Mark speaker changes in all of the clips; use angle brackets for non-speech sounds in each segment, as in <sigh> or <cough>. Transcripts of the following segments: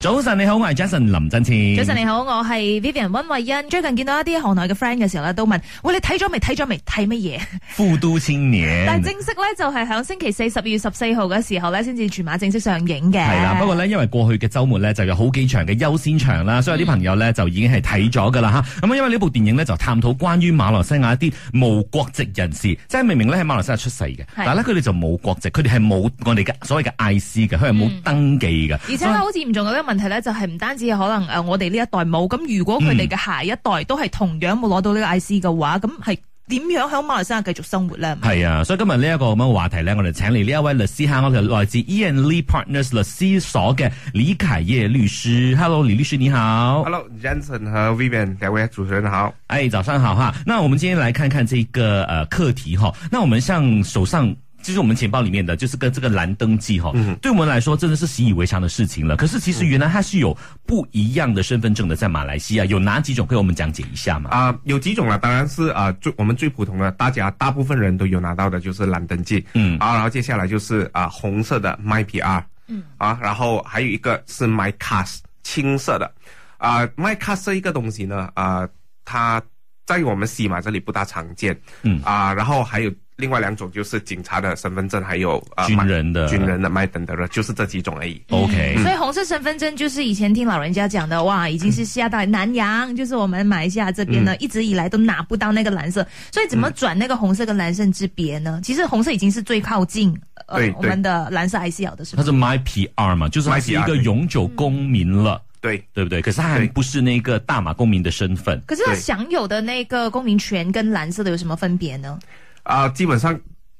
Speaker 1: 早晨，你好，我系 Jason 林振前。
Speaker 2: 早晨你好，我係 Vivian 温慧欣。最近見到一啲行內嘅 friend 嘅時候咧，都問：喂，你睇咗未？睇咗未？睇乜嘢？
Speaker 1: 富都青年。
Speaker 2: 但係正式咧就係響星期四十二月十四號嘅時候咧，先至全馬正式上映嘅。
Speaker 1: 系啦，不過咧，因為過去嘅週末咧就有好幾場嘅優先場
Speaker 2: 嗯
Speaker 1: 啦，所以有啲朋友咧就已經係睇咗噶啦吓。咁因為呢部電影咧就探討關於馬來西亞一啲無國籍人士，即係明明咧喺馬來西亞出世嘅，但係咧佢哋就冇國籍，佢哋係冇我哋嘅所謂嘅 IC 嘅，佢係
Speaker 2: 嗯
Speaker 1: 冇登記嘅。
Speaker 2: 而且咧，好嚴重嘅一個問題咧，就係唔單止係可能呃誒我哋呢一代冇，咁如果佢
Speaker 1: 嗯
Speaker 2: 哋嘅下一代都係同樣冇攞到呢個 IC 嘅話，咁係點樣喺馬來西亞繼續生活咧？
Speaker 1: 係啊，所以今日呢一個咁樣嘅話題咧，我哋請嚟呢一位律師嚇，我哋來自 E and Lee Partners 律師所嘅李凱業律師。Hello，李律師你好。
Speaker 3: Hello，Jensen 和 Vivian 两位主持人好。
Speaker 1: 哎，早上好哈。那我们今天来看看这个呃课题哈。那我们像手上。就是我们钱包里面的，就是跟这个蓝登记哈、对我们来说真的是习以为常的事情了。可是其实原来它是有不一样的身份证的，在马来西亚有哪几种？给我们讲解一下嘛？
Speaker 3: 啊、有几种啦，当然是啊、最我们最普通的，大家大部分人都有拿到的就是蓝登记，
Speaker 1: 嗯
Speaker 3: 啊，然后接下来就是啊、红色的 MyPR，嗯，啊，然后还有一个是 MyCast 青色的，啊、m y c a s t 这一个东西呢，啊、它在我们西马这里不大常见，
Speaker 1: 嗯
Speaker 3: 啊、然后还有另外两种就是警察的身份证，还有啊、
Speaker 1: 军
Speaker 3: My-
Speaker 1: 人的
Speaker 3: 军人的 My 等等的，就是这几种而已。
Speaker 1: OK，、
Speaker 2: 嗯所以红色身份证就是以前听老人家讲的，哇，已经是下到南洋，就是我们马来西亚这边呢，
Speaker 3: 嗯
Speaker 2: 一直以来都拿不到那个蓝色，所以怎么转那个红色跟蓝色之别呢？其实红色已经是最靠近呃
Speaker 3: 嗯对对嗯
Speaker 2: 我们的蓝色 ICL 的是
Speaker 1: 它
Speaker 2: 吧？
Speaker 1: 是 My PR 嘛，就是它是一
Speaker 3: MyPR
Speaker 1: 个永久公民了，
Speaker 3: 对，
Speaker 1: 对不对？可是它还
Speaker 3: 对
Speaker 1: 不是那个大马公民的身份。
Speaker 2: 可是他
Speaker 3: 对
Speaker 2: 享有的那个公民权跟蓝色的有什么分别呢？
Speaker 3: 啊、基本上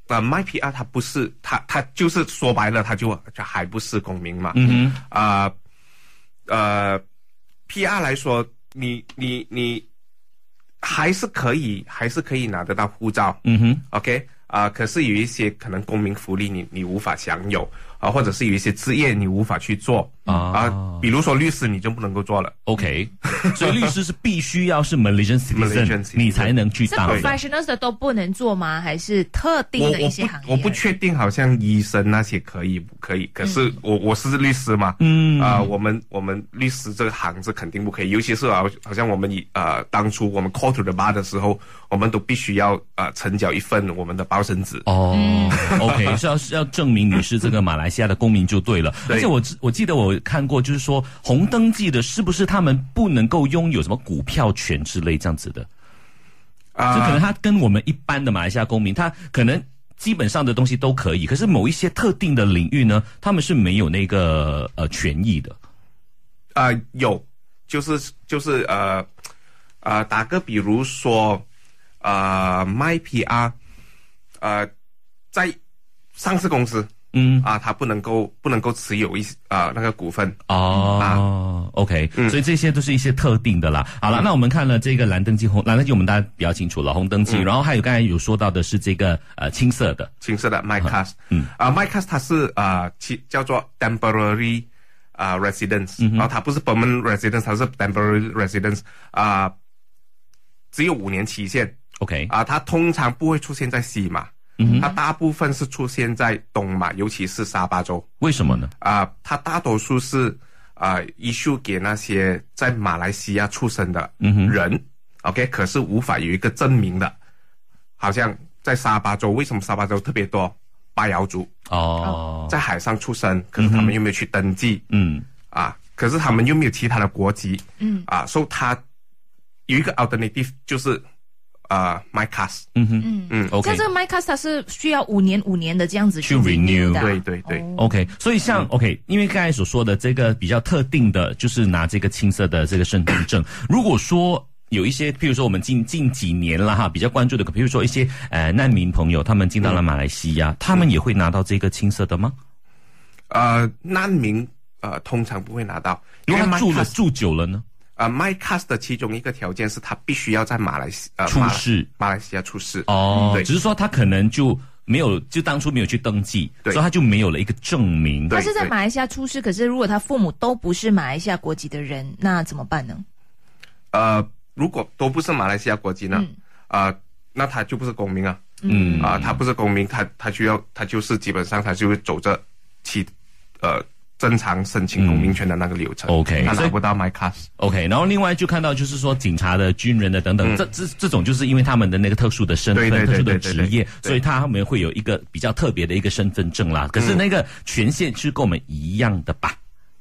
Speaker 3: 啊、m y PR 它不是，它它就是说白了，它就就还不是公民嘛。
Speaker 1: 嗯哼，
Speaker 3: 啊、呃 p r 来说，你你你还是可以，还是可以拿得到护照。
Speaker 1: 嗯哼，
Speaker 3: OK 啊、可是有一些可能公民福利你你无法享有啊、或者是有一些职业你无法去做
Speaker 1: 啊
Speaker 3: 啊、比如说律师你就不能够做了。
Speaker 1: <laughs> OK，所以律师是必须要是 Malaysian
Speaker 3: Malaysian
Speaker 1: citizen，
Speaker 3: citizen
Speaker 1: 你才能去
Speaker 2: 是
Speaker 1: 当的。
Speaker 2: professionals 的都不能做吗？还是特定
Speaker 3: 我
Speaker 2: 的
Speaker 3: 我
Speaker 2: 一些行业嗯
Speaker 3: 不我不确定，好像医生那些可以不可以？可是我我是律师嘛，
Speaker 1: 嗯
Speaker 3: 啊、我们我们律师这个行是肯定不可以，尤其是啊，好像我们以呃当初我们 call to the bar 的时候，我们都必须要呃成交一份我们的保身纸。
Speaker 1: 哦、o
Speaker 3: <laughs>
Speaker 1: k 是要是要证明你是这个马来西亚的公民就对了。
Speaker 3: 对
Speaker 1: 而且我知我记得我看过，就是说红登记的，是不是他们不能够拥有什么股票权之类这样子的？
Speaker 3: 啊
Speaker 1: 就可能他跟我们一般的马来西亚公民，他可能基本上的东西都可以，可是某一些特定的领域呢，他们是没有那个呃权益的。
Speaker 3: 啊，有，就是就是呃呃，打个比如说，呃，My PR，呃，在上市公司
Speaker 1: 嗯，
Speaker 3: 啊、它不能够不能够持有一些啊那个股份。
Speaker 1: 哦、o k 所以这些都是一些特定的啦。好了，那我们看了这个蓝登记红蓝登记，我们大家比较清楚了，红登记，然后还有刚才有说到的是这个呃青色的。
Speaker 3: 青色的 MyCast，
Speaker 1: 嗯
Speaker 3: 啊、m y c a s t 它是啊，其、叫做 temporary 啊、residence，、然后它不是 permanent residence，它是 temporary residence，啊、只有五年期限
Speaker 1: OK，
Speaker 3: 啊、它通常不会出现在西马，它大部分是出现在东马，尤其是沙巴州
Speaker 1: 为什么呢？
Speaker 3: 啊、它大多数是啊、issue 给那些在马来西亚出生的
Speaker 1: 嗯
Speaker 3: 人、o k 可是无法有一个证明的，好像在沙巴州，为什么沙巴州特别多巴瑶族？
Speaker 1: 哦，
Speaker 3: 在海上出生，可是他们又没有去登记、
Speaker 1: 嗯
Speaker 3: 啊，可是他们又没有其他的国籍，嗯啊，所以他有一个 alternative 就是啊、m y cast，
Speaker 1: 嗯哼，OK
Speaker 2: 像这个 MyCast 它是需要五年五年的这样子
Speaker 1: 去 renew
Speaker 2: 的啊
Speaker 3: 对对对，
Speaker 1: OK，所以像 OK，因为刚才所说的这个比较特定的，就是拿这个青色的这个身份证，如果说。有一些，譬如说我们近近几年了哈，比较关注的，比如说一些呃难民朋友，他们进到了马来西亚，他们也会拿到这个青色的吗？
Speaker 3: 呃，难民呃通常不会拿到，因
Speaker 1: 如
Speaker 3: 为
Speaker 1: 果他
Speaker 3: my
Speaker 1: 住了
Speaker 3: cast
Speaker 1: 住久了呢？
Speaker 3: 呃 my cast 的其中一个条件是他必须要在马来西呃
Speaker 1: 出
Speaker 3: 马来
Speaker 1: 世
Speaker 3: 马来西亚出世
Speaker 1: 哦，
Speaker 3: 对
Speaker 1: 只是说他可能就没有，就当初没有去登记，所
Speaker 3: 对
Speaker 1: 以他就没有了一个证明。
Speaker 3: 对
Speaker 2: 他是在马来西亚出世，可是如果他父母都不是马来西亚国籍的人，那怎么办呢？
Speaker 3: 呃，如果都不是马来西亚国籍呢，啊、那他就不是公民啊。
Speaker 1: 嗯
Speaker 3: 啊、他不是公民，他他需要他就是基本上他就会走着其呃正常申请公民权的那个流程。
Speaker 1: 嗯，OK，
Speaker 3: 他
Speaker 1: 所
Speaker 3: 拿
Speaker 1: 以
Speaker 3: 不到 My Card。
Speaker 1: OK，然后另外就看到就是说警察的、军人的等等，这这这种就是因为他们的那个特殊的身份、
Speaker 3: 嗯对对对
Speaker 1: 特殊的
Speaker 3: 对对对
Speaker 1: 职业，
Speaker 3: 对
Speaker 1: 所以他们会有一个比较特别的一个身份证啦。可是那个权限是跟我们一样的吧？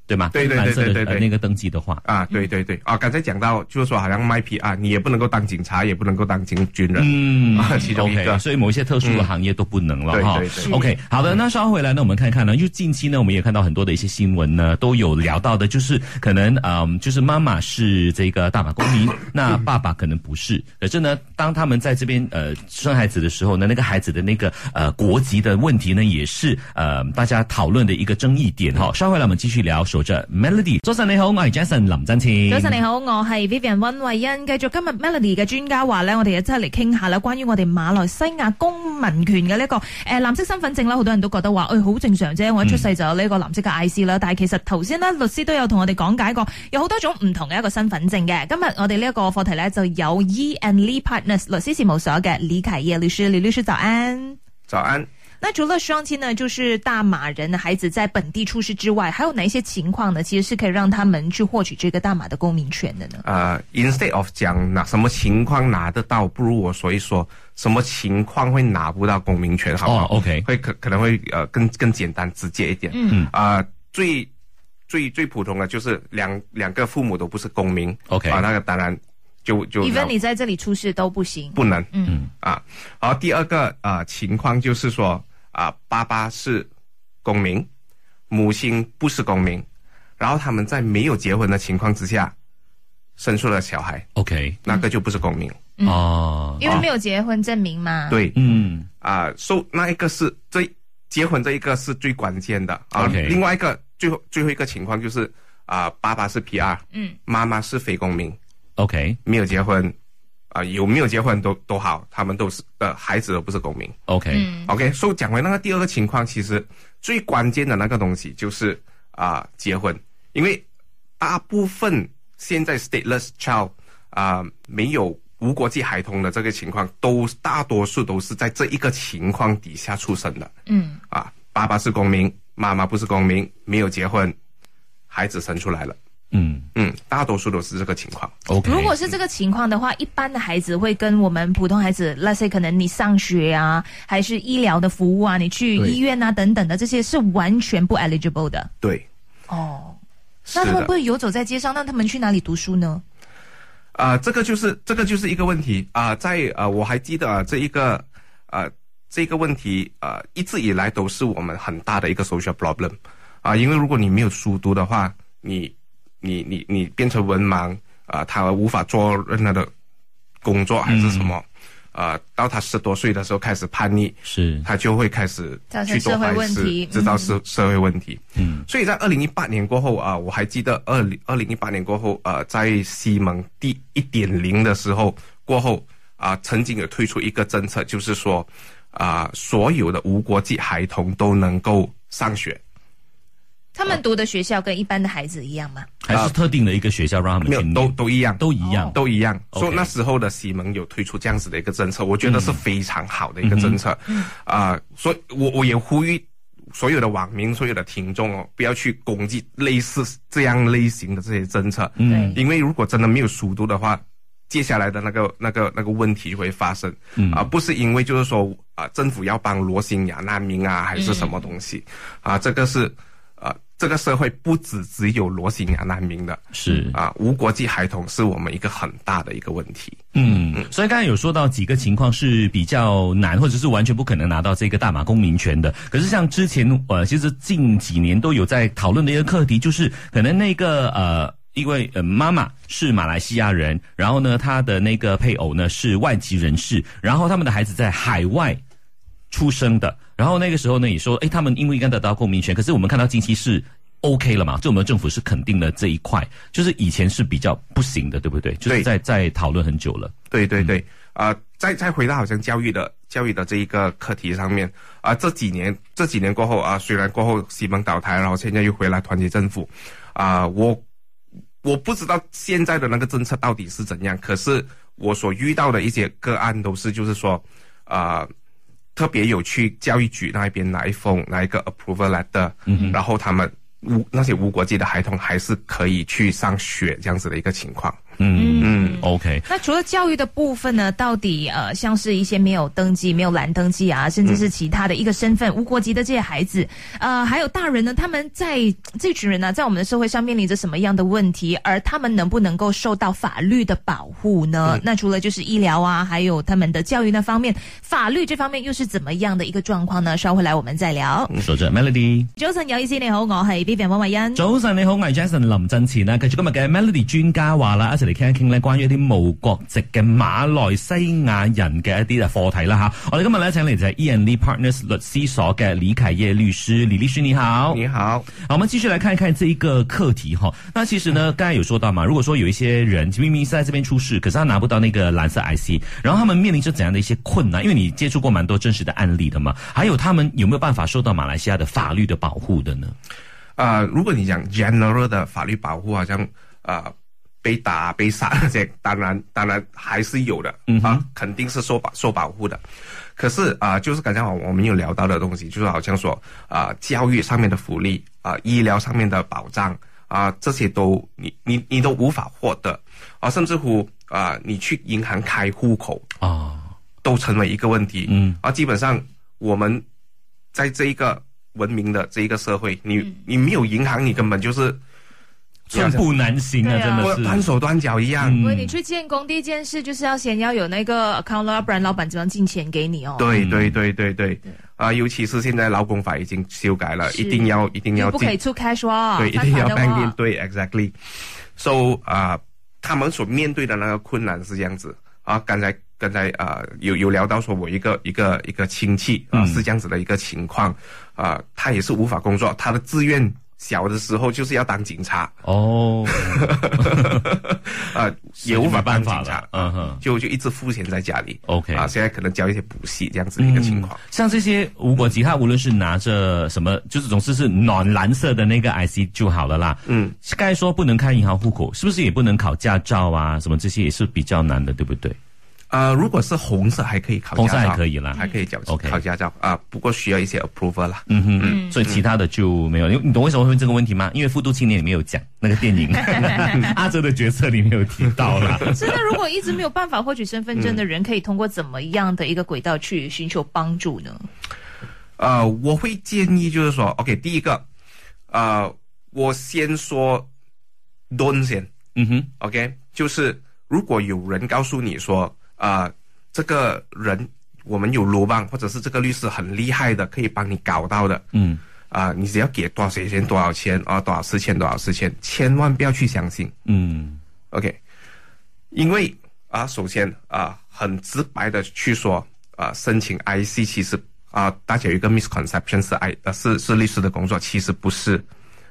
Speaker 1: 对吗？
Speaker 3: 对对对
Speaker 1: 蓝色的
Speaker 3: 对对对
Speaker 1: 呃那个登记的话，
Speaker 3: 啊，对对对，啊，刚才讲到就是说，好像 My PR，你也不能够当警察，也不能够当警军人，
Speaker 1: 嗯
Speaker 3: 啊 <laughs> 其中一个
Speaker 1: OK，所以某一些特殊的行业都不能了
Speaker 3: 对
Speaker 1: 哈
Speaker 3: 对。对
Speaker 1: OK，好的，那稍后回来呢，我们看看呢，因为近期呢，我们也看到很多的一些新闻呢，都有聊到的，就是可能嗯，就是妈妈是这个大马公
Speaker 3: <coughs>
Speaker 1: 民，那爸爸可能不是，可是呢，当他们在这边呃生孩子的时候呢，那个孩子的那个呃国籍的问题呢，也是呃大家讨论的一个争议点哈。稍后回来我们继续聊，守着呃 Melody，早晨你好，我係 Jason 林振
Speaker 3: 嗯
Speaker 1: 前。
Speaker 2: 早晨你好，我係 Vivian 温慧欣，繼續今日 Melody 嘅專家話咧，我哋一齊嚟傾下啦，關於我哋馬來西亞公民權嘅呢一個誒藍色身份證啦，好多人都覺得話，誒、好正常啫，我一出世就有呢個藍色嘅 IC 啦。但係其實頭先呢，律師都有同我哋講解過，有好多種唔同嘅一個身份證嘅。今日我哋呢一個課題咧就有 E and Lee Partners 律師事務所嘅李啟業律師，李律師早安。
Speaker 3: 早安。
Speaker 2: 那除了双亲呢，就是大马人的孩子在本地出世之外，还有哪一些情况呢？其实是可以让他们去获取这个大马的公民权的呢？
Speaker 3: 呃，instead of 讲哪什么情况拿得到，不如我说一说什么情况会拿不到公民权，好不好、
Speaker 1: 哦，OK，
Speaker 3: 会可可能会呃更更简单直接一点。
Speaker 2: 嗯
Speaker 3: 啊、最最最普通的就是两两个父母都不是公民。
Speaker 1: OK
Speaker 3: 啊，那个当然就就
Speaker 2: even 你在这里出世都不行。
Speaker 3: 不能。
Speaker 2: 嗯
Speaker 3: 啊，然后第二个啊、呃情况就是说啊、爸爸是公民，母亲不是公民，然后他们在没有结婚的情况之下生出了小孩，
Speaker 1: OK，
Speaker 3: 那个就不是公民。
Speaker 2: 嗯
Speaker 1: 哦，
Speaker 2: 因为没有结婚证明嘛。。
Speaker 3: 对
Speaker 1: 嗯。
Speaker 3: 啊，受、那一个是最结婚这一个是最关键的啊。
Speaker 1: OK
Speaker 3: 另外一个最后最后一个情况就是啊、爸爸是 PR，
Speaker 2: 嗯，
Speaker 3: 妈妈是非公民，
Speaker 1: OK
Speaker 3: 没有结婚啊、有没有结婚都都好，他们都是呃孩子都不是公民。
Speaker 1: OK，、
Speaker 2: 嗯
Speaker 3: OK，所、以讲回那个第二个情况，其实最关键的那个东西就是啊、结婚，因为大部分现在 stateless child 啊、没有无国籍孩童的这个情况，都大多数都是在这一个情况底下出生的
Speaker 2: 嗯
Speaker 3: 啊，爸爸是公民，妈妈不是公民，没有结婚，孩子生出来了，
Speaker 1: 嗯
Speaker 3: 嗯，大多数都是这个情况。
Speaker 1: ，OK。
Speaker 2: 如果是这个情况的话，一般的孩子会跟我们普通孩子那些可能你上学啊，还是医疗的服务啊，你去
Speaker 3: 对
Speaker 2: 医院啊等等的，这些是完全不 eligible 的。
Speaker 3: 对，
Speaker 2: 哦，
Speaker 3: 是
Speaker 2: 那他们
Speaker 3: 的。
Speaker 2: 不会游走在街上，那他们去哪里读书呢？
Speaker 3: 啊、这个就是这个就是一个问题啊、在呃，我还记得、啊这一个呃这个问题呃，一直以来都是我们很大的一个 social problem 啊、因为如果你没有书读的话，你你你你变成文盲啊、他无法做任何的工作还是什么。啊，到他十多岁的时候开始叛逆，
Speaker 1: 是
Speaker 3: 他就会开始
Speaker 2: 造成
Speaker 3: 去做
Speaker 2: 社会
Speaker 3: 坏
Speaker 2: 问
Speaker 3: 事
Speaker 2: 题，
Speaker 3: 制造
Speaker 2: 嗯
Speaker 3: 社社会问题。
Speaker 1: 嗯
Speaker 3: 所以在二零一八年过后啊，我还记得二零二零一八年过后，呃，在西蒙第一点零的时候过后啊、曾经有推出一个政策，就是说啊、所有的无国籍孩童都能够上学，
Speaker 2: 他们读的学校跟一般的孩子一样吗？
Speaker 1: 还是特定的一个学校让他们
Speaker 3: 没有
Speaker 1: 去念
Speaker 3: 都都一样，哦
Speaker 1: 都一样。哦
Speaker 3: 都一样。
Speaker 1: OK
Speaker 3: 所以那时候的西蒙有推出这样子的一个政策，我觉得是非常好的一个政策。
Speaker 1: 嗯
Speaker 3: 啊、所以我我也呼吁所有的网民、所有的听众哦，不要去攻击类似这样类型的这些政策。
Speaker 1: 嗯
Speaker 2: 对
Speaker 3: 因为如果真的没有熟读的话，接下来的那个那个那个问题就会发生啊、
Speaker 1: 嗯
Speaker 3: 不是因为就是说啊、政府要帮罗兴亚难民啊，还是什么东西
Speaker 1: 嗯
Speaker 3: 啊、这个是啊、这个社会不只只有罗兴亚难民的
Speaker 1: 是
Speaker 3: 啊、无国籍孩童是我们一个很大的一个问题。
Speaker 1: 嗯，所以刚才有说到几个情况是比较难，或者是完全不可能拿到这个大马公民权的。可是像之前呃，其实近几年都有在讨论的一个课题，就是可能那个呃。因为呃，妈妈是马来西亚人，然后呢，她的那个配偶呢是外籍人士，然后他们的孩子在海外出生的。然后那个时候呢，也说，诶，他们因为应该得到公民权，可是我们看到近期是 OK 了嘛，就我们政府是肯定了这一块，就是以前是比较不行的，对不对？就是
Speaker 3: 对
Speaker 1: 在在讨论很久了。
Speaker 3: 对对对，啊、再再回到好像教育的教育的这一个课题上面啊、这几年这几年过后啊、虽然过后西蒙倒台，然后啊现在又回来团结政府，啊、我我不知道现在的那个政策到底是怎样，可是我所遇到的一些个案都是就是说，啊、嗯特别有去教育局那边拿一封拿一个 approval letter，、然后他们无那些无国籍的孩童还是可以去上学这样子的一个情况。
Speaker 1: 嗯
Speaker 3: 嗯，
Speaker 1: ，OK，
Speaker 2: 那除了教育的部分呢，到底呃，像是一些没有登记、没有蓝登记啊，甚至是其他的一个身份、无国籍的这些孩子，呃，还有大人呢，他们在这群人呢、在我们的社会上面临着什么样的问题，而他们能不能够受到法律的保护呢？那除了就是医疗啊，还有他们的教育那方面，法律这方面又是怎么样的一个状况呢？稍回来我们再聊。
Speaker 1: 守着 Melody。
Speaker 2: 早晨，有意思，你好，我系 B B 温慧欣。
Speaker 1: 早晨，你好，我系 Jason 林振前啊啦。繼續今日嘅 Melody 專家話啦，一齊嚟傾一傾咧，關於一啲無國籍嘅馬來西亞人嘅一啲嘅課題啦吓。我哋今日咧請嚟就係 E N D Partners 律師所嘅李凯業律師，李律師你好。
Speaker 3: 你好，
Speaker 1: 好，我们继续来看一看这一个课题哈。那其实
Speaker 2: 嗯
Speaker 1: 呢，刚才有说到嘛，如果说有一些人明明是在这边出事，可是他拿不到那个蓝色 IC，然后他们面临着怎样的一些困难？因为你接触过蛮多真实的案例的嘛，还有他们有没有办法受到马来西亚的法律的保护的呢？
Speaker 3: 呃，如果你讲 general 的法律保护，好像呃被打、被杀那些， <laughs> 当然当然还是有的，啊，肯定是受保受保护的。可是啊、呃就是刚才我我们有聊到的东西，就是好像说啊、呃教育上面的福利啊、呃医疗上面的保障啊、这些都你你你都无法获得啊、甚至乎啊、呃你去银行开户口，
Speaker 1: 啊、
Speaker 2: 哦
Speaker 3: 都成为一个问题。
Speaker 1: 嗯，
Speaker 3: 而啊基本上我们在这一个文明的这一个社会，
Speaker 2: 嗯
Speaker 3: 你、你没有银行，你根本就是
Speaker 1: 寸步难行啊，
Speaker 2: 对啊
Speaker 1: 真的
Speaker 3: 断
Speaker 1: 是。
Speaker 3: 手断脚一样。
Speaker 2: 因为你去建工第一件事就是要先要有那个 account 啦，不然老板怎么进钱给你哦？
Speaker 3: 对对对对对，啊、尤其是现在劳工法已经修改了，
Speaker 2: 是
Speaker 3: 一定要一定
Speaker 2: 你
Speaker 3: 要
Speaker 2: 不可以出 cash 哇，
Speaker 3: 对，一
Speaker 2: 犯
Speaker 3: 定
Speaker 2: 法
Speaker 3: 要
Speaker 2: 的
Speaker 3: bank in，
Speaker 2: 哇。
Speaker 3: 对，exactly。So 啊、他们所面对的那个困难是这样子啊，刚才刚才啊、有有聊到说我一个一个一个亲戚啊、
Speaker 1: 嗯
Speaker 3: 是这样子的一个情况啊、他也是无法工作，他的志愿小的时候就是要当警察
Speaker 1: 哦，
Speaker 2: <laughs>
Speaker 3: 啊、
Speaker 1: 是
Speaker 3: 也无法
Speaker 1: 没办
Speaker 3: 当
Speaker 1: 法
Speaker 3: 警察
Speaker 1: 了，，嗯
Speaker 2: 啊
Speaker 1: 哼。
Speaker 3: 就就一直赋闲在家里
Speaker 1: OK
Speaker 3: 啊，现在可能教一些补习这样子的一个情况。
Speaker 1: 嗯像这些无国籍，他无论是拿着什么，就是总是是暖蓝色的那个 IC 就好了啦。
Speaker 3: 嗯，
Speaker 1: 刚才说不能开银行户口，是不是也不能考驾照啊？什么这些也是比较难的，对不对？
Speaker 3: 呃，如果是红色还可以考驾
Speaker 1: 红
Speaker 3: 照，
Speaker 1: 色还可以啦嗯
Speaker 3: 还可以考
Speaker 1: OK
Speaker 3: 考驾照啊、不过需要一些 approval 啦。
Speaker 1: 嗯哼，所以其他的就没有。你你懂为什么会问这个问题吗？因为《复读青年》里面有讲那个电
Speaker 3: <laughs>
Speaker 1: 影，阿哲的角色里面有提到啦。
Speaker 2: 真的，如果一直没有办法获取身份证的人，可以通过怎么样的一个轨道去寻求帮助呢？
Speaker 3: 呃，我会建议就是说，OK，第一个，呃，我先说 don 先
Speaker 1: 嗯哼，
Speaker 3: ，OK，就是如果有人告诉你说，啊、这个人我们有罗棒，或者是这个律师很厉害的，可以帮你搞到的，
Speaker 1: 嗯
Speaker 3: 啊、你只要给多少钱多少钱啊、多少四千多少四千，千万不要去相信
Speaker 1: 嗯
Speaker 3: ，OK，因为啊、首先啊、很直白的去说啊、申请 IC 其实啊、大家有一个 misconception 是 I 呃是是律师的工作，其实不是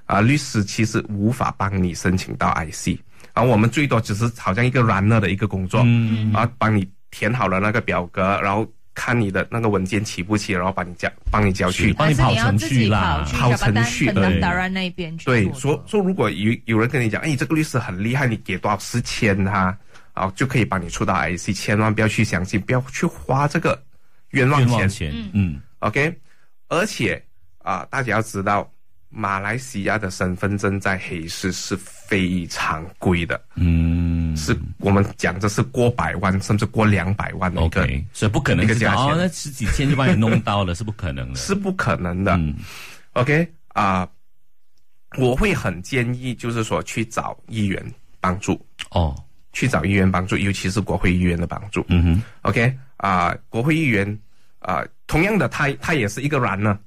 Speaker 3: 啊、律师其实无法帮你申请到 IC 啊、我们最多只是好像一个 runner 的一个工作，
Speaker 1: 嗯
Speaker 3: 啊，帮你填好了那个表格，然后看你的那个文件齐不齐，然后帮你交帮你交去。
Speaker 1: 帮你跑程序啦
Speaker 2: 还是你
Speaker 3: 跑
Speaker 2: 要自己跑去
Speaker 3: 程序
Speaker 2: 小巴丹
Speaker 1: 对
Speaker 2: 本达达那边去做
Speaker 3: 对，说说如果有有人跟你讲，哎，这个律师很厉害，你给多少十千他，啊，就可以帮你出到 IC，千万不要去相信，不要去花这个冤枉
Speaker 1: 冤
Speaker 3: 钱。
Speaker 1: 枉钱，嗯
Speaker 3: OK，而且啊，大家要知道，马来西亚的身份证在黑市是非常贵的，
Speaker 1: 嗯。
Speaker 3: 是我们讲的是过百万甚至过两百万的一个
Speaker 1: OK，所以不可能
Speaker 3: 一个
Speaker 1: 知道
Speaker 3: 价钱
Speaker 1: 哦，那十几千就把你弄到了，是不可
Speaker 3: <laughs>
Speaker 1: 能的。
Speaker 3: 是不可能的。
Speaker 1: 嗯
Speaker 3: OK 啊、我会很建议，就是说去找议员帮助，
Speaker 1: 哦，
Speaker 3: 去找议员帮助，尤其是国会议员的帮助。
Speaker 1: 嗯哼，
Speaker 3: OK 啊、国会议员啊、同样的他，他也是一个软啊呢，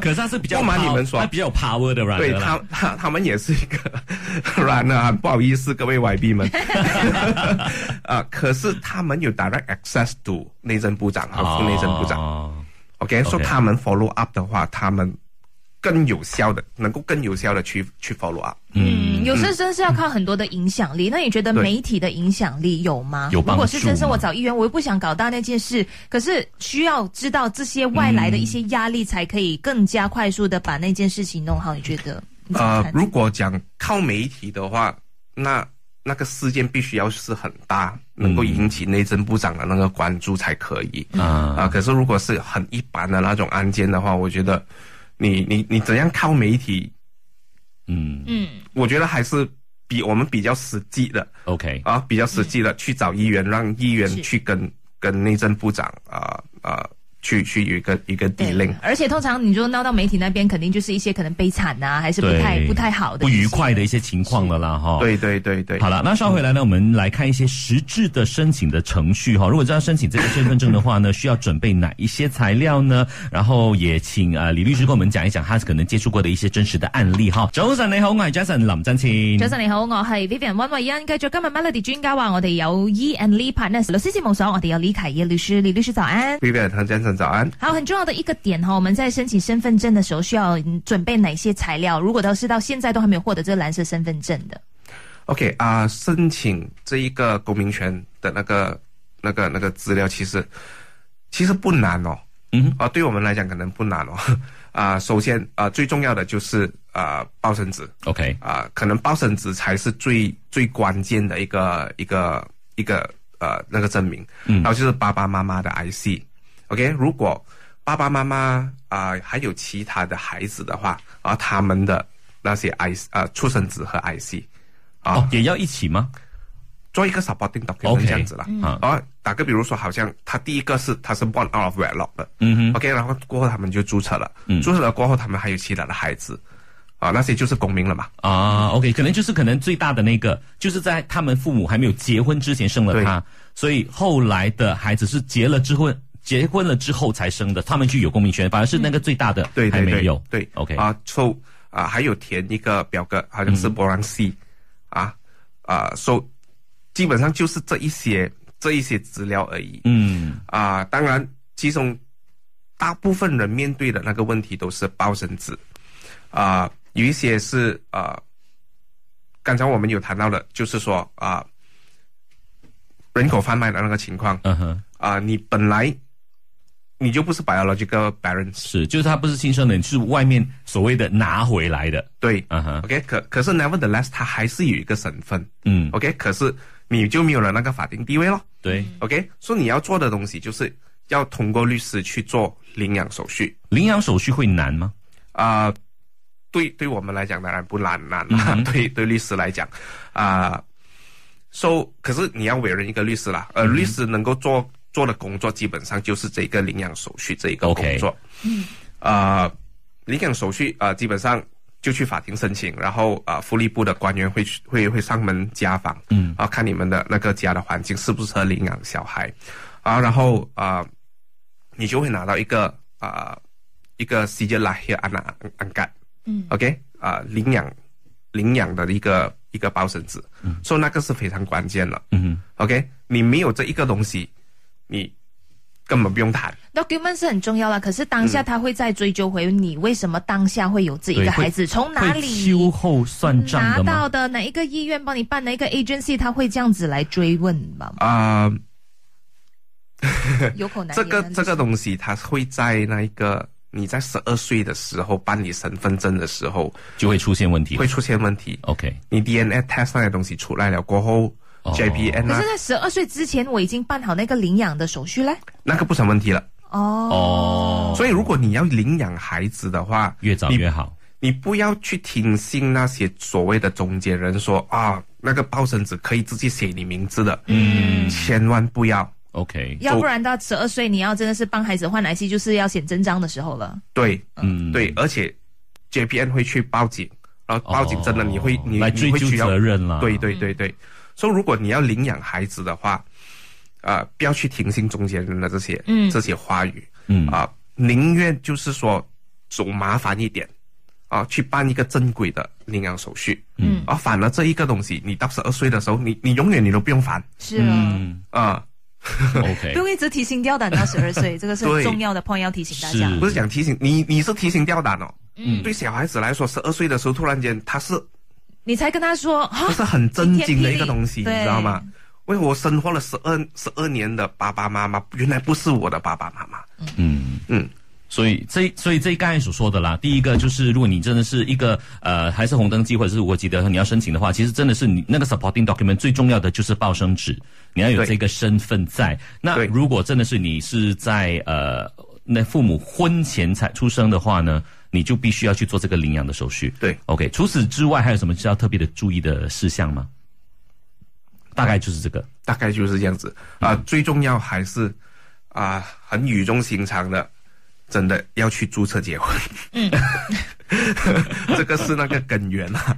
Speaker 1: 可是他是比较
Speaker 3: 不瞒
Speaker 1: power-
Speaker 3: 你们说
Speaker 1: 他比较有 power 的 runner
Speaker 3: 对
Speaker 1: 啊啦
Speaker 3: 他他他们也是一个 <laughs> 软呢，不好意思，各位 YB 们啊、可是他们有 direct access to 内政部长和副内政部长。
Speaker 1: 哦
Speaker 3: OK，说
Speaker 1: OK
Speaker 3: 他们 follow up 的话，他们更有效的，能够更有效的去去 follow up。
Speaker 2: 嗯，有些真是要靠很多的影响力。那你觉得媒体的影响力有吗？
Speaker 1: 有帮助吗
Speaker 2: 如果是真是我找议员，我又不想搞大那件事，可是需要知道这些外来的一些压力，才可以更加快速的把那件事情弄好。你觉得？你怎么
Speaker 3: 呃
Speaker 2: 看，
Speaker 3: 如果讲靠媒体的话，那那个事件必须要是很大，能够引起内政部长的那个关注才可以。
Speaker 1: 啊
Speaker 2: 嗯
Speaker 3: 啊，可是如果是很一般的那种案件的话，我觉得你你你怎样靠媒体？
Speaker 1: 嗯
Speaker 2: 嗯，
Speaker 3: 我觉得还是比我们比较实际的
Speaker 1: ，OK，
Speaker 3: 啊，比较实际的去找议员，让议员
Speaker 2: 嗯是
Speaker 3: 去跟跟内政部长啊啊、去去有一个一个
Speaker 2: 对
Speaker 3: dealing。
Speaker 2: 而且通常你就闹到媒体那边，肯定就是一些可能悲惨呐、还是不太
Speaker 1: 对，
Speaker 2: 不太好的
Speaker 1: 不
Speaker 2: 一些
Speaker 1: 愉快的一些情况了啦，
Speaker 2: 哦
Speaker 1: 哈。。
Speaker 3: 对对对对，
Speaker 1: 好了，那稍回来呢，我们来看一些实质的申请的程序哈。如果真要申请这个身份证的话呢，需要准备哪一些材料呢？然后也请啊、呃李律师跟我们讲一讲他可能接触过的一些真实的案例哈。早晨你好，我系 Jason 林振前。
Speaker 2: 早晨你好，我係 Vivian 温慧欣。繼續今日 Melody 專家話，我哋有 E and Lee Partners 律師事務所，我哋有李凯业律師，李律師早安。
Speaker 3: v i v i a 唐先生早安。
Speaker 2: 好，很重要的一个点哈，我们在申请身份证的时候需要嗯准备哪些材料？如果都是到现在都还没有获得这个蓝色身份证的，
Speaker 3: OK 啊、申请这一个公民权的那个、那个、那个资料，其实其实不难哦。
Speaker 1: 嗯哼
Speaker 3: 啊、对我们来讲可能不难哦。 <laughs> 啊、首先啊、最重要的就是啊、报生纸
Speaker 1: OK，
Speaker 3: 啊、可能报生纸才是最最关键的一个一个一个呃那个证明。
Speaker 1: 嗯
Speaker 3: 然后就是爸爸妈妈的 IC。OK，如果爸爸妈妈啊、还有其他的孩子的话，啊、他们的那些 IC 啊、出生纸和 IC 啊、
Speaker 1: 哦，也要一起吗？
Speaker 3: 做一个 supporting document
Speaker 1: OK
Speaker 3: 这样子啦。
Speaker 1: 啊
Speaker 3: 然后打个比如说，好像他第一个是他是 born out of wedlock 的、
Speaker 1: 嗯
Speaker 3: o k 然后过后他们就注册了，注册了过后他们还有其他的孩子，啊，那些就是公民了嘛。
Speaker 1: 哼啊，OK，可能就是可能最大的那个，就是在他们父母还没有结婚之前生了他，所以后来的孩子是结了之后，结婚了之后才生的，他们就有公民权，反而是那个最大的
Speaker 3: 对
Speaker 1: 还
Speaker 3: 对
Speaker 1: 没
Speaker 3: 对
Speaker 1: 有，
Speaker 3: 对
Speaker 1: ，OK，
Speaker 3: 啊，抽啊，还有填一个表格，好像是波兰 C，、啊啊，收、so, 基本上就是这一些这一些资料而已。
Speaker 1: 嗯。
Speaker 3: 啊，当然，其中大部分人面对的那个问题都是包生子，啊，有一些是啊，刚才我们有谈到的，就是说啊，人口贩卖的那个情况
Speaker 1: 嗯哼，
Speaker 3: 啊，你本来你就不是 biological parents，
Speaker 1: 是，就是他不是亲生的，是外面所谓的拿回来的。
Speaker 3: 对
Speaker 1: 嗯哼，
Speaker 3: ，OK，可可是 nevertheless，他还是有一个身份
Speaker 1: 嗯，
Speaker 3: ，OK，可是你就没有了那个法定地位咯
Speaker 1: 对，
Speaker 3: ，OK，所以你要做的东西就是要通过律师去做领养手续。
Speaker 1: 领养手续会难吗？
Speaker 3: 啊、对，对我们来讲当然不难难
Speaker 1: 嗯
Speaker 3: 啦， <laughs> 对对律师来讲，啊、so 可是你要委任一个律师啦，
Speaker 1: 嗯
Speaker 3: 呃，律师能够做做的工作基本上就是这个领养手续这一个
Speaker 1: OK
Speaker 3: 工作，嗯，啊，领养手续啊、呃基本上就去法庭申请，然后啊、呃福利部的官员会去会会上门家访，
Speaker 1: 嗯，
Speaker 3: 啊，看你们的那个家的环境适不适合领养小孩，啊，然后啊、你就会拿到一个啊、一个 s i j a l a h i a n a a n g a
Speaker 2: 嗯
Speaker 3: o k 啊、领养领养的一个一个包生纸，所以那个是非常关键了。
Speaker 1: 嗯哼
Speaker 3: OK，你没有这一个东西，你根本不用谈。？
Speaker 2: ，document 是很重要啦，可是当
Speaker 1: 嗯
Speaker 2: 下他会再追究回你为什么当下会有这一
Speaker 1: 对
Speaker 2: 个
Speaker 1: 会
Speaker 2: 孩子，从哪
Speaker 1: 会
Speaker 2: 里
Speaker 1: 秋后算账
Speaker 2: 拿
Speaker 1: 的
Speaker 2: 到
Speaker 1: 吗？
Speaker 2: 的哪一个医院帮你办，哪一个 agency，他会这样子来追问吧
Speaker 3: 啊、
Speaker 2: 有口难
Speaker 3: 这
Speaker 2: 言
Speaker 3: 个
Speaker 2: 啊。
Speaker 3: 这个东西，它会在那一个你在十二岁的时候办理身份证的时候
Speaker 1: 就会出现问题。
Speaker 3: 会出现问题。
Speaker 1: OK，
Speaker 3: 你 DNA test 那些东西出来了过后、
Speaker 1: 哦
Speaker 3: j p n
Speaker 2: 可
Speaker 3: 啊
Speaker 2: 是，，在十二岁之前，我已经办好那个领养的手续嘞。
Speaker 3: 那个不成问题了。
Speaker 1: 哦，
Speaker 3: 所以，如果你要领养孩子的话，
Speaker 1: 越早
Speaker 3: 你
Speaker 1: 越好。
Speaker 3: 你不要去听信那些所谓的中间人说啊，那个报生纸可以自己写你名字的，嗯，千万不要。
Speaker 1: OK，
Speaker 2: 要不然到十二岁，你要真的是帮孩子换奶昔，就是要显真章的时候了。
Speaker 3: 对、
Speaker 1: 嗯，
Speaker 3: 对，而且 JPN 会去报警，然后
Speaker 1: 哦，
Speaker 3: 报警真的你会、你
Speaker 1: 来追
Speaker 3: 你会
Speaker 1: 究
Speaker 3: 需要
Speaker 1: 责任啦。
Speaker 3: 对对对对，所以如果你要领养孩子的话，呃，不要去听信中间人的这些、
Speaker 2: 嗯
Speaker 3: 这些话语，
Speaker 1: 嗯
Speaker 3: 啊、宁愿就是说走麻烦一点啊、去办一个正规的领养手续，
Speaker 2: 嗯
Speaker 3: 啊、反而这一个东西，你到十二岁的时候，你你永远你都不用烦
Speaker 2: 是啊，
Speaker 1: 嗯
Speaker 3: 啊、
Speaker 2: 不
Speaker 1: ，OK，
Speaker 2: 用一直提心吊胆到十二岁，这个是很
Speaker 3: <laughs> 对
Speaker 2: 重要的 point 要提醒大家。
Speaker 1: 是
Speaker 3: 不是讲提醒你，你是提心吊胆哦。
Speaker 1: 嗯
Speaker 3: 对小孩子来说，十二岁的时候突然间他是
Speaker 2: 你才跟他说啊
Speaker 3: 不
Speaker 2: 哈，
Speaker 3: 是很震惊的一个东西，
Speaker 2: 晴
Speaker 3: 你
Speaker 2: 天霹雳
Speaker 3: 知道吗？为我生活了十二十二年的爸爸妈妈，原来不是我的爸爸妈妈。
Speaker 1: 嗯。
Speaker 3: 嗯，
Speaker 1: 所以这所以这刚才所说的啦，第一个就是如果你真的是一个呃还是红灯记或者是无国籍的，你要申请的话，其实真的是你那个 supporting document 最重要的就是报生纸，你要有
Speaker 3: 对
Speaker 1: 这个身份在。那
Speaker 3: 对
Speaker 1: 如果真的是你是在呃那父母婚前才出生的话呢？你就必须要去做这个领养的手续。
Speaker 3: 对
Speaker 1: ，OK。除此之外，还有什么需要特别的注意的事项吗？大概就是这个。
Speaker 3: 大概就是这样子啊、
Speaker 2: 嗯
Speaker 3: 最重要还是啊、很语重心长的，真的要去注册结婚。 <laughs> 嗯，这个是那个根源啊。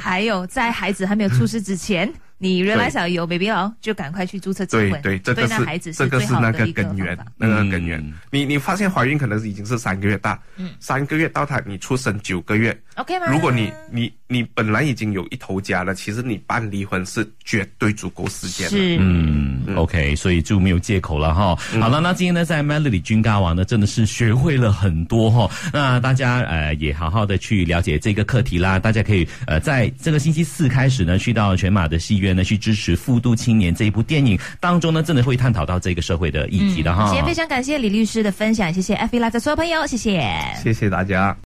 Speaker 2: 还有在孩子还没有出世之
Speaker 3: <laughs>
Speaker 2: 前，你原来想有 baby 了，就赶快去注册结
Speaker 3: 对
Speaker 2: 婚，
Speaker 3: 对，这个
Speaker 2: 对那
Speaker 3: 是
Speaker 2: 孩子
Speaker 3: 这个
Speaker 2: 最
Speaker 3: 是
Speaker 2: 好
Speaker 3: 那
Speaker 2: 的
Speaker 3: 个
Speaker 2: 一
Speaker 3: 根源
Speaker 2: 方法，
Speaker 3: 那个
Speaker 1: 嗯
Speaker 3: 根源。你你发现怀孕可能已经是三个月大，
Speaker 2: 嗯
Speaker 3: 三个月到她你出生九个月，
Speaker 2: OK 吗？
Speaker 3: 如果你你你本来已经有一头家了，其实你办离婚是绝对足够时间的。
Speaker 2: 是
Speaker 1: 嗯，OK，所以就没有借口了哈。好了，那今天呢，在 Melody 军咖网呢，真的是学会了很多哈。那大家呃也好好的去了解这个课题啦。大家可以呃在这个星期四开始呢，去到全马的戏院呢，去支持《复读青年》这一部电影当中呢，真的会探讨到这个社会的议题的哈。
Speaker 2: 嗯今天非常感谢李律师的分享，谢谢 F B Live 的所有朋友，谢谢。
Speaker 3: 谢谢大家。